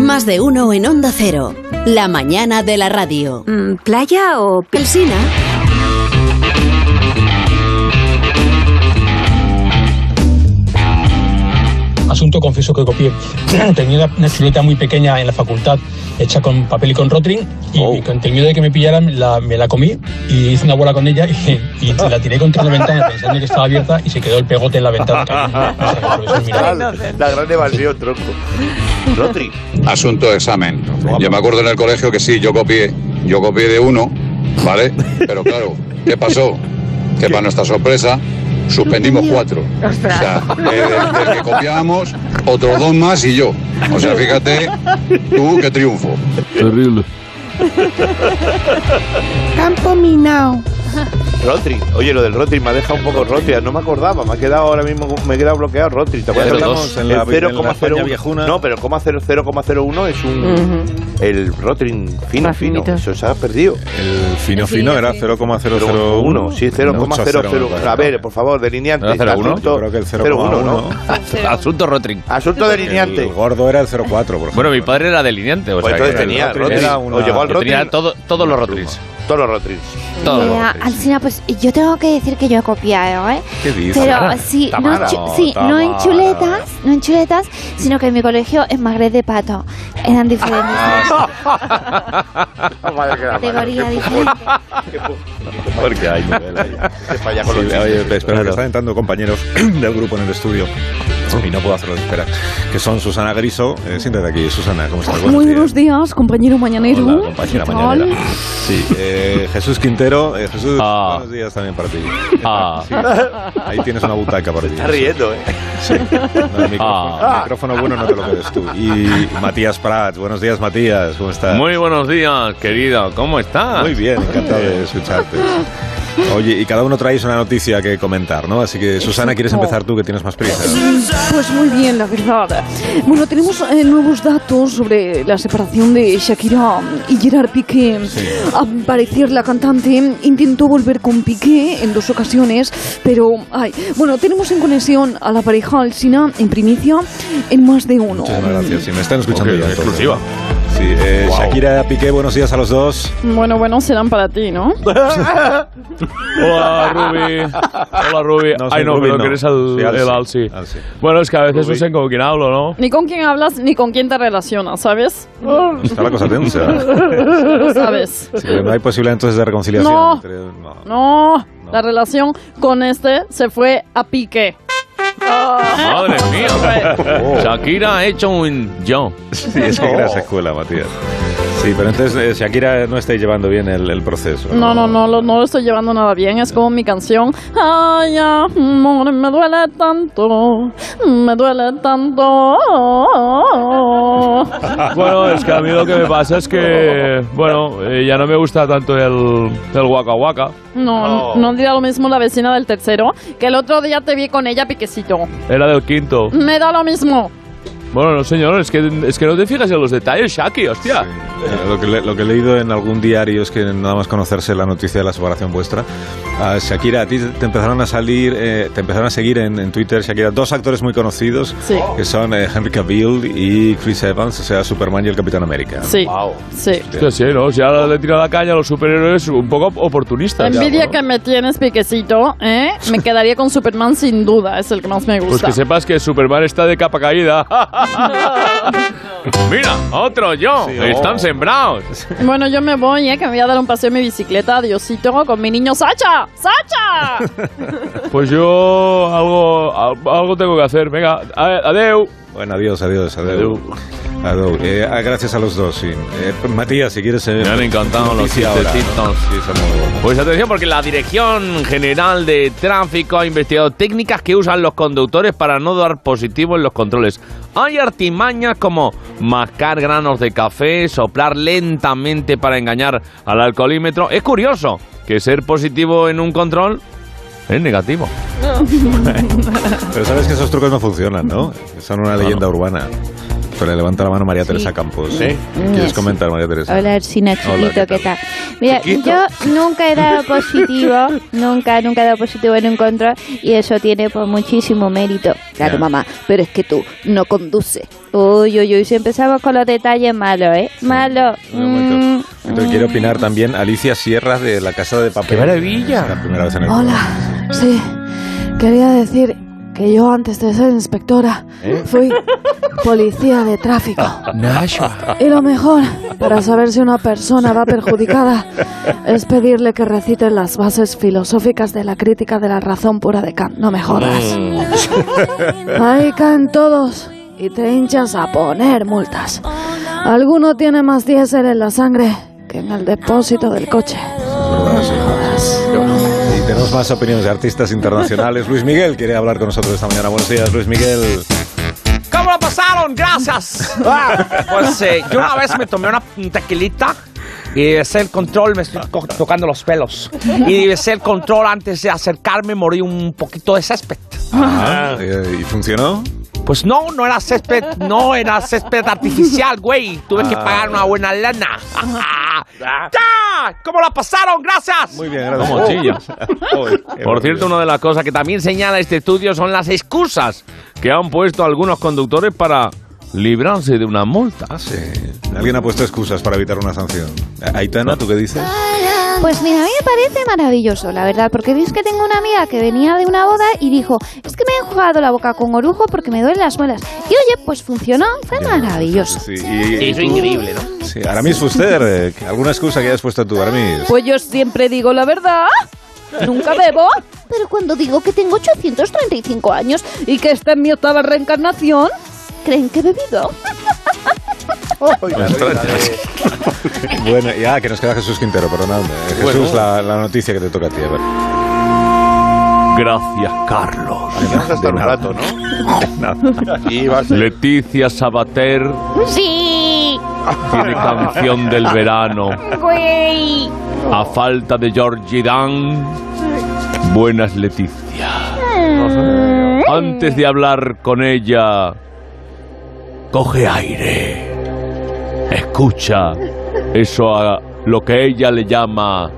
S9: Más de uno en Onda Cero. La mañana de la radio. Mm, ¿Playa o Pelsina?
S18: Asunto confieso que copié. Tenía una, una silueta muy pequeña en la facultad, hecha con papel y con rotring, y,
S1: Oh.
S18: y con el miedo de que me pillaran, la- me la comí y hice una bola con ella y, y la tiré contra la ventana pensando que estaba abierta y se quedó el pegote en la ventana.
S3: La gran evasión, tronco. Rotri.
S19: Asunto de examen. Yo me acuerdo en el colegio que sí, yo copié. Yo copié de uno, ¿vale? Pero claro, ¿qué pasó? Que para nuestra sorpresa, suspendimos cuatro. O sea, eh, del que copiábamos, otros dos más y yo. O sea, fíjate, tú qué triunfo.
S7: Terrible.
S8: Campo minao.
S3: Rotring. Oye, lo del Rotring me ha dejado un poco Rotring. No me acordaba. Me ha quedado ahora mismo, me he quedado bloqueado Rotring. ¿Te acuerdas?
S1: Ya
S3: que hablamos
S1: hablamos en la-
S3: el
S1: en la España
S3: 0,01? No, pero 0,0- 0,01 es un... El Rotring fino, fino. Eso se ha perdido.
S1: El fino fino era 0,001.
S3: Sí, 0,00. A ver, por favor, delineante.
S1: ¿No era 01?
S3: Asunto-
S1: Yo creo que el
S3: 01, ¿no?
S5: Asunto Rotring.
S3: Asunto delineante.
S1: El gordo era el 04, por ejemplo.
S5: Bueno, mi padre era delineante. O
S3: Pues
S5: sea,
S3: entonces
S5: que-
S3: tenía
S5: Rotring
S3: Rotring.
S5: era una-
S3: O llegó al
S5: que tenía
S3: Rotring.
S5: todo- todos los Rotrings.
S3: Todos los Rotrings.
S5: Todos los
S12: Mira, Alcina, pues yo tengo que decir que yo he copiado, ¿eh?
S5: ¿Qué dices?
S12: Pero
S5: Tamara,
S12: sí, no,
S5: Tamara,
S12: en chu-
S5: no,
S12: sí, no en
S5: Tamara.
S12: chuletas, no en chuletas, sino que en mi colegio en magret de pato. Eran diferentes.
S5: Ah.
S12: Categoría diferente.
S1: Porque hay oye, espera, que están entrando compañeros del grupo en el estudio. Y no puedo hacerlo de espera. Que son Susana Griso. Eh, siéntate aquí, Susana. ¿Cómo estás?
S6: Muy buenos días, compañero mañanero.
S1: ¿eh? Hola, compañera
S6: ¿Qué
S1: mañanera.
S6: tal?
S1: Sí, eh, Jesús Quintero. eh, Jesús, buenos días también para ti. Sí, ahí tienes una butaca para ti.
S3: Está riendo, ¿eh?
S1: Sí. No, el, micrófono, el micrófono bueno no te lo quedes tú. Y Matías Prats. Buenos días, Matías. ¿Cómo estás?
S5: Muy buenos días, querido. ¿Cómo estás?
S1: Muy bien, encantado de escucharte. Oye, y cada uno traéis una noticia que comentar, ¿no? Así que, Susana, ¿quieres
S6: Exacto.
S1: empezar tú que tienes más prisa?
S6: Pues muy bien, la verdad. Bueno, tenemos eh, nuevos datos sobre la separación de Shakira y Gerard Piqué. Al parecer, la cantante intentó volver con Piqué en dos ocasiones, pero... Ay, bueno, tenemos en conexión a la pareja Alsina en primicia en más de uno.
S1: Muchísimas gracias. Si me están escuchando
S5: Ok,
S1: ya. entonces.
S5: exclusiva.
S1: Sí, eh,
S5: Wow.
S1: Shakira Piqué, buenos días a los dos.
S6: Bueno, bueno, serán para ti, ¿no?
S20: Hola, Ruby. Hola, Ruby.
S1: No, soy
S20: Ay, no,
S1: Ruby,
S20: pero
S1: no.
S20: que eres al,
S1: Sí, Alsi.
S20: el Alsi. Bueno, es que a veces
S1: Ruby.
S20: no sé con quién hablo, ¿no?
S6: Ni con quién hablas, ni con quién te relacionas, ¿sabes?
S1: Está la cosa tensa.
S6: Lo sabes.
S1: Sí, pero no hay posibilidad entonces de reconciliación.
S6: No.
S1: entre- no.
S6: No, la relación con este se fue a pique.
S5: Madre mía. Shakira ha hecho un yo.
S1: Sí, es que era esa escuela, Matías. Sí, pero entonces eh, Shakira no está llevando bien el, el proceso.
S6: No, no, no, lo- no lo estoy llevando nada bien. Es como mi canción. Ay, amor, me duele tanto. Me duele tanto.
S20: Bueno, es que a mí lo que me pasa es que, bueno, eh, ya no me gusta tanto el, el Waka Waka.
S6: No, no diría lo mismo la vecina del tercero, que el otro día te vi con ella piquecito.
S20: Era del quinto.
S6: Me da lo mismo.
S20: Bueno, no, señor, es que, es que no te fijas en los detalles, Shaki, hostia.
S1: Eh, Lo que, le- lo que he leído en algún diario es que nada más conocerse la noticia de la separación vuestra. a Shakira, a ti te empezaron a salir, eh, te empezaron a seguir en, en Twitter, Shakira, dos actores muy conocidos,
S6: Sí.
S1: que son eh, Henry Cavill y Chris Evans, o sea, Superman y el Capitán América.
S6: Sí. Sí.
S20: Hostia, sí, ¿no? Si ahora le tira la caña a los superhéroes, un poco oportunistas. ya,
S6: Envidia
S20: ¿no?
S6: que me tienes piquecito, ¿eh? Me quedaría con Superman sin duda, es el que más me
S20: Pues
S6: gusta.
S20: que sepas que Superman está de capa caída. Mira, otro yo. Están sembrados.
S6: Bueno, yo me voy, ¿eh? Que me voy a dar un paseo en mi bicicleta, Diosito, con mi niño Sacha. ¡Sacha!
S20: Pues yo algo, al- algo tengo que hacer. Venga, a- adeu.
S1: Bueno, adiós, adiós, adiós. Adiós. Eh, ah, gracias a los dos, sí. Eh, Matías, si quieres... eh,
S5: Me han encantado los
S1: noticia ahora, ¿no?
S5: chistecitos.
S1: Sí, son muy buenos.
S5: Pues atención porque la Dirección General de Tráfico ha investigado técnicas que usan los conductores para no dar positivo en los controles. Hay artimañas como mascar granos de café, soplar lentamente para engañar al alcoholímetro. Es curioso que ser positivo en un control es negativo.
S1: Pero sabes que esos trucos no funcionan, ¿no? Son una leyenda urbana. Pero le levanta la mano María Teresa Campos.
S12: Sí.
S1: ¿Quieres
S12: Sí.
S1: comentar, María Teresa?
S12: Hola, Arsina,
S1: Hola, ¿qué
S12: chiquito, ¿qué, tal? Mira, yo nunca he dado positivo, nunca, nunca he dado positivo en un control y eso tiene pues, muchísimo mérito. Claro,
S2: Ya.
S12: mamá, pero es que tú no conduces. Uy, uy, uy, si empezamos con los detalles malos, ¿eh? Malos. Mm,
S1: Entonces quiero opinar también Alicia Sierra de la Casa de Papel. ¡Qué maravilla! la primera vez en el
S2: Hola, sí. Quería decir que yo antes de ser inspectora
S1: ¿Eh?
S2: fui policía de tráfico.
S1: Nashua.
S12: Eh,
S2: Y lo mejor para saber si una persona va perjudicada es pedirle que recite las bases filosóficas de la crítica de la razón pura de Kant. No me
S5: Mm.
S2: jodas. Ahí caen todos y te hinchas a poner multas. Alguno tiene más diésel en la sangre que en el depósito del coche.
S1: Y tenemos más opiniones de artistas internacionales. Luis Miguel quiere hablar con nosotros esta mañana. Buenos días, Luis Miguel.
S21: ¿Cómo lo pasaron? Gracias. Ah, pues eh, yo una vez me tomé una tequilita Y besé el control, me estoy co- tocando los pelos. Y besé el control antes de acercarme, morí un poquito de césped.
S1: Ah, eh, ¿Y funcionó?
S21: Pues no, no era césped, no era césped artificial, güey. Tuve que
S1: Ah.
S21: pagar una buena lana. ¡Ya! ¿Cómo la pasaron? Gracias. Muy
S1: bien,
S5: gracias. Como chilla. Por cierto, una de las cosas que también señala este estudio son las excusas que han puesto algunos conductores para librarse de una multa.
S1: Alguien ha puesto excusas para evitar una sanción. A- Aitana, ¿tú qué dices?
S12: Pues mira, a mí me parece maravilloso, la verdad, porque veis que tengo una amiga que venía de una boda y dijo, es que me he enjugado la boca con orujo porque me duelen las muelas. Y oye, pues funcionó, fue maravilloso.
S1: Sí, y-
S21: Sí,
S1: y
S21: es
S1: tú-
S21: increíble,
S1: Sí, Aramis Fuster, eh, ¿alguna excusa que hayas puesto tú, Aramis?
S6: Pues yo siempre digo la verdad. Nunca bebo.
S12: Pero cuando digo que tengo 835 años,
S6: ¿Y que esta es mi octava reencarnación?
S12: ¿creen que he bebido?
S1: Pues bueno, ya, que nos queda Jesús Quintero, perdonadme. Eh, Jesús,
S5: Bueno.
S1: la, la noticia que te toca a ti, a ver.
S5: Gracias, Carlos.
S1: estar un rato,
S5: ¿no? Leticia Sabater
S12: Sí,
S5: tiene canción del verano.
S12: güey.
S5: A falta de Georgie Dan. Buenas, Leticia. Antes de hablar con ella, coge aire. Escucha eso a lo que ella le llama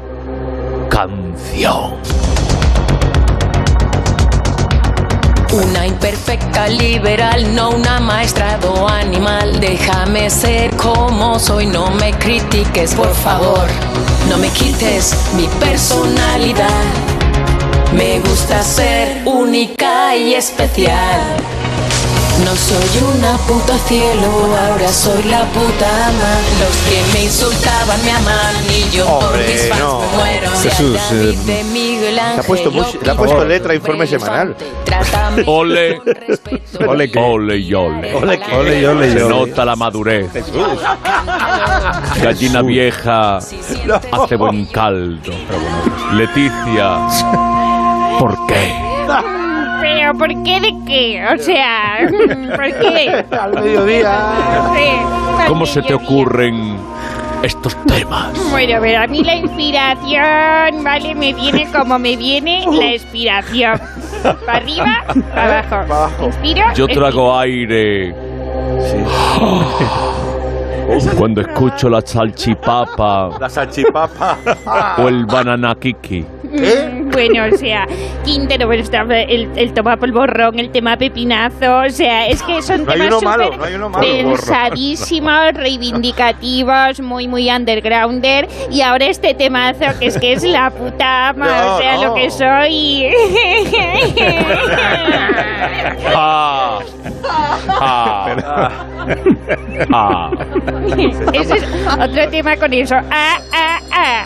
S5: canción.
S22: Una imperfecta liberal, no una maestra o animal. Déjame ser como soy, no me critiques, por favor. No me quites mi personalidad. Me gusta ser única y especial. No soy una puta cielo, ahora soy la puta ama. Los que me insultaban me aman y yo por
S3: Hombre,
S22: mis fans
S3: no.
S22: me muero.
S3: Jesús,
S22: David
S3: eh,
S22: de Miguel
S3: Le ha puesto,
S22: Ángel,
S3: mus- le ha
S22: Lopi,
S3: puesto letra a informe semanal.
S22: Ah. Trátame
S5: Ole.
S22: con respeto.
S5: Ole, ole y ole.
S22: Ole, que- Ole y
S3: ole y
S5: Se
S3: ole.
S5: nota la madurez. Gallina vieja hace buen caldo. Leticia, ¿por qué?
S12: Mm. Pero ¿por qué de qué? O sea, ¿por qué? Al
S5: mediodía.
S12: Sí.
S5: ¿Cómo se te ocurren estos temas?
S12: Bueno, pero a mí la inspiración, ¿vale? Me viene como me viene
S3: Uh.
S12: la inspiración. Para arriba, para abajo. Inspiro.
S5: Yo trago aire. Cuando escucho la salchipapa
S3: La salchipapa.
S5: o el banana kiki.
S12: Mm, Bueno, o sea, Quintero, bueno, está el, el toma polvorrón, el tema pepinazo, o sea, es que son
S3: No hay
S12: temas
S3: uno malo,
S12: súper
S3: no hay uno malo.
S12: pensadísimos, reivindicativos, muy, muy undergrounder, y ahora este temazo que es que es la puta ama,
S5: No,
S12: o sea,
S5: no.
S12: lo que soy.
S5: Ah. Ah. Ah.
S12: Eso es otro tema con eso. Ah, ah, ah.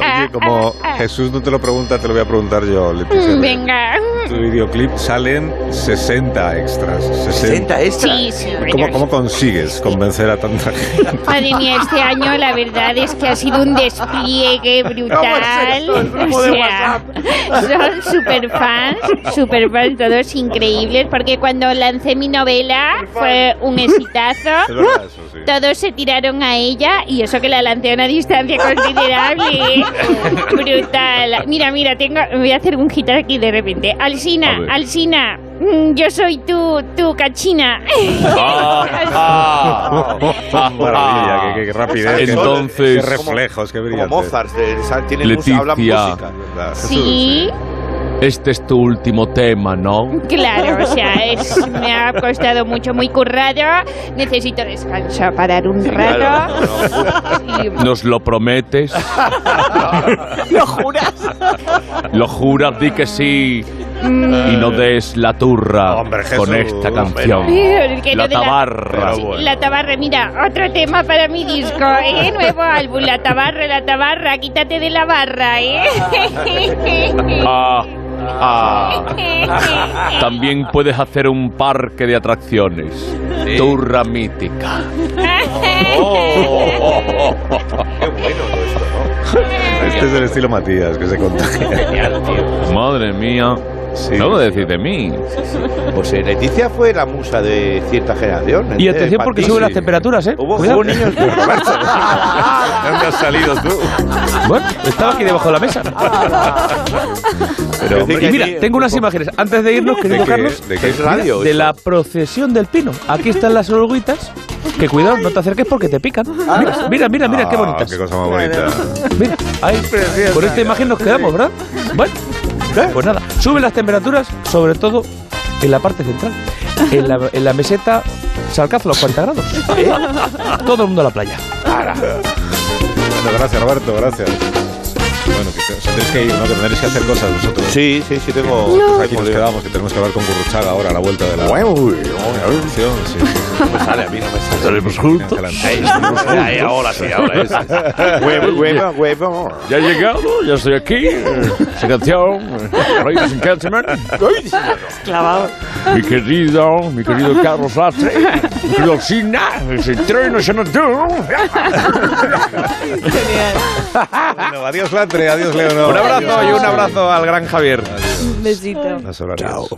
S12: Ah,
S1: Oye, como
S12: ah, ah.
S1: Jesús no te lo pregunta, te lo voy a preguntar yo, Leticia.
S12: Mm, Venga.
S1: Tu videoclip salen 60 extras. 60,
S12: Sí, sí,
S1: ¿Cómo,
S12: bueno,
S1: ¿Cómo consigues convencer a tanta gente?
S12: Madre mía, este año la verdad es que ha sido un despliegue brutal.
S14: ¿Cómo es esto? El grupo
S12: O
S14: de
S12: sea, son superfans, superfans todos increíbles, porque cuando lancé mi novela fue un exitazo.
S14: Es verdad, eso sí.
S12: Todos se tiraron a ella y eso que la lancé a una distancia considerable. Brutal. Mira, mira, tengo, me voy a hacer un hit aquí de repente.
S14: A
S12: Alsina,
S14: ver.
S12: Alsina, mm, yo soy tu, tu cachina.
S1: Maravilla, qué, qué rapidez, qué-
S5: Entonces-
S1: qué reflejos, qué brillante.
S3: Como Mozart, de- sa- tienen
S5: Leticia.
S3: música, hablan música. ¿verdad?
S12: Sí,
S5: Este es tu último tema, ¿no?
S12: claro, o sea, es, me ha costado mucho, muy currado. Necesito descanso, parar un rato.
S5: ¿Nos lo prometes?
S12: ¿Lo juras?
S5: ¿Lo juras? Di que sí. Y no des la turra con esta canción. La tabarra.
S12: La tabarra, mira, otro tema para mi disco, ¿eh? Nuevo álbum, la tabarra, la tabarra, quítate de la barra, ¿eh?
S5: Ah, ah. También puedes hacer un parque de atracciones. Turra mítica. Oh.
S3: Oh.
S2: Oh.
S1: Este es el estilo Matías, que se contagia.
S5: Madre mía.
S19: ¿No me decís de mí?
S3: Pues eh, Leticia fue la musa de cierta generación. ¿eh?
S21: Y atención porque suben las temperaturas, ¿eh?
S3: Hubo,
S21: Cuidado.
S3: hubo niños que Ah.
S1: ¿Dónde has salido tú?
S21: Bueno, estaba aquí debajo de la mesa.
S1: Pero, hombre,
S21: y mira, tengo unas imágenes. Antes de irnos, querido
S1: ¿De qué-
S21: Carlos,
S1: de qué es
S21: mira,
S1: radio
S21: de
S1: eso?
S21: la procesión del pino. Aquí están las oruguitas. Que cuidado, no te acerques porque te pican. Mira, mira, mira, mira qué
S1: Ah,
S21: bonitas.
S1: Qué cosa más bonita.
S21: Mira, ahí, con esta imagen nos quedamos, ¿verdad? Bueno, pues nada, suben las temperaturas, sobre todo en la parte central. En la, en la meseta se alcanza los 40 grados. ¿eh? Todo el mundo a la playa.
S1: Bueno, gracias, Roberto, gracias. Bueno, que te- os tenéis que ir, ¿no? Que tendréis que hacer cosas vosotros.
S3: Sí, sí, sí, tengo.
S1: Pues aquí nos quedamos, que tenemos que hablar con Curruchaga ahora a la vuelta de la. Sí, sí, sí.
S3: No me sale a mí, no me sale.
S1: Estaremos juntos.
S3: Ahí, ahora sí, ahora es. Huevo, huevo, huevo.
S5: Ya he llegado, ya estoy aquí. eh, Esa canción, Ladies and Gentlemen.
S18: Clavado.
S5: Mi querido, mi querido Carlos Lastre, mi querido Sina, ese tren es en el
S1: Bueno, adiós, Latre, adiós, Leonor.
S19: Un abrazo y un abrazo al gran Javier.
S18: Besito.
S1: Nos hablaremos.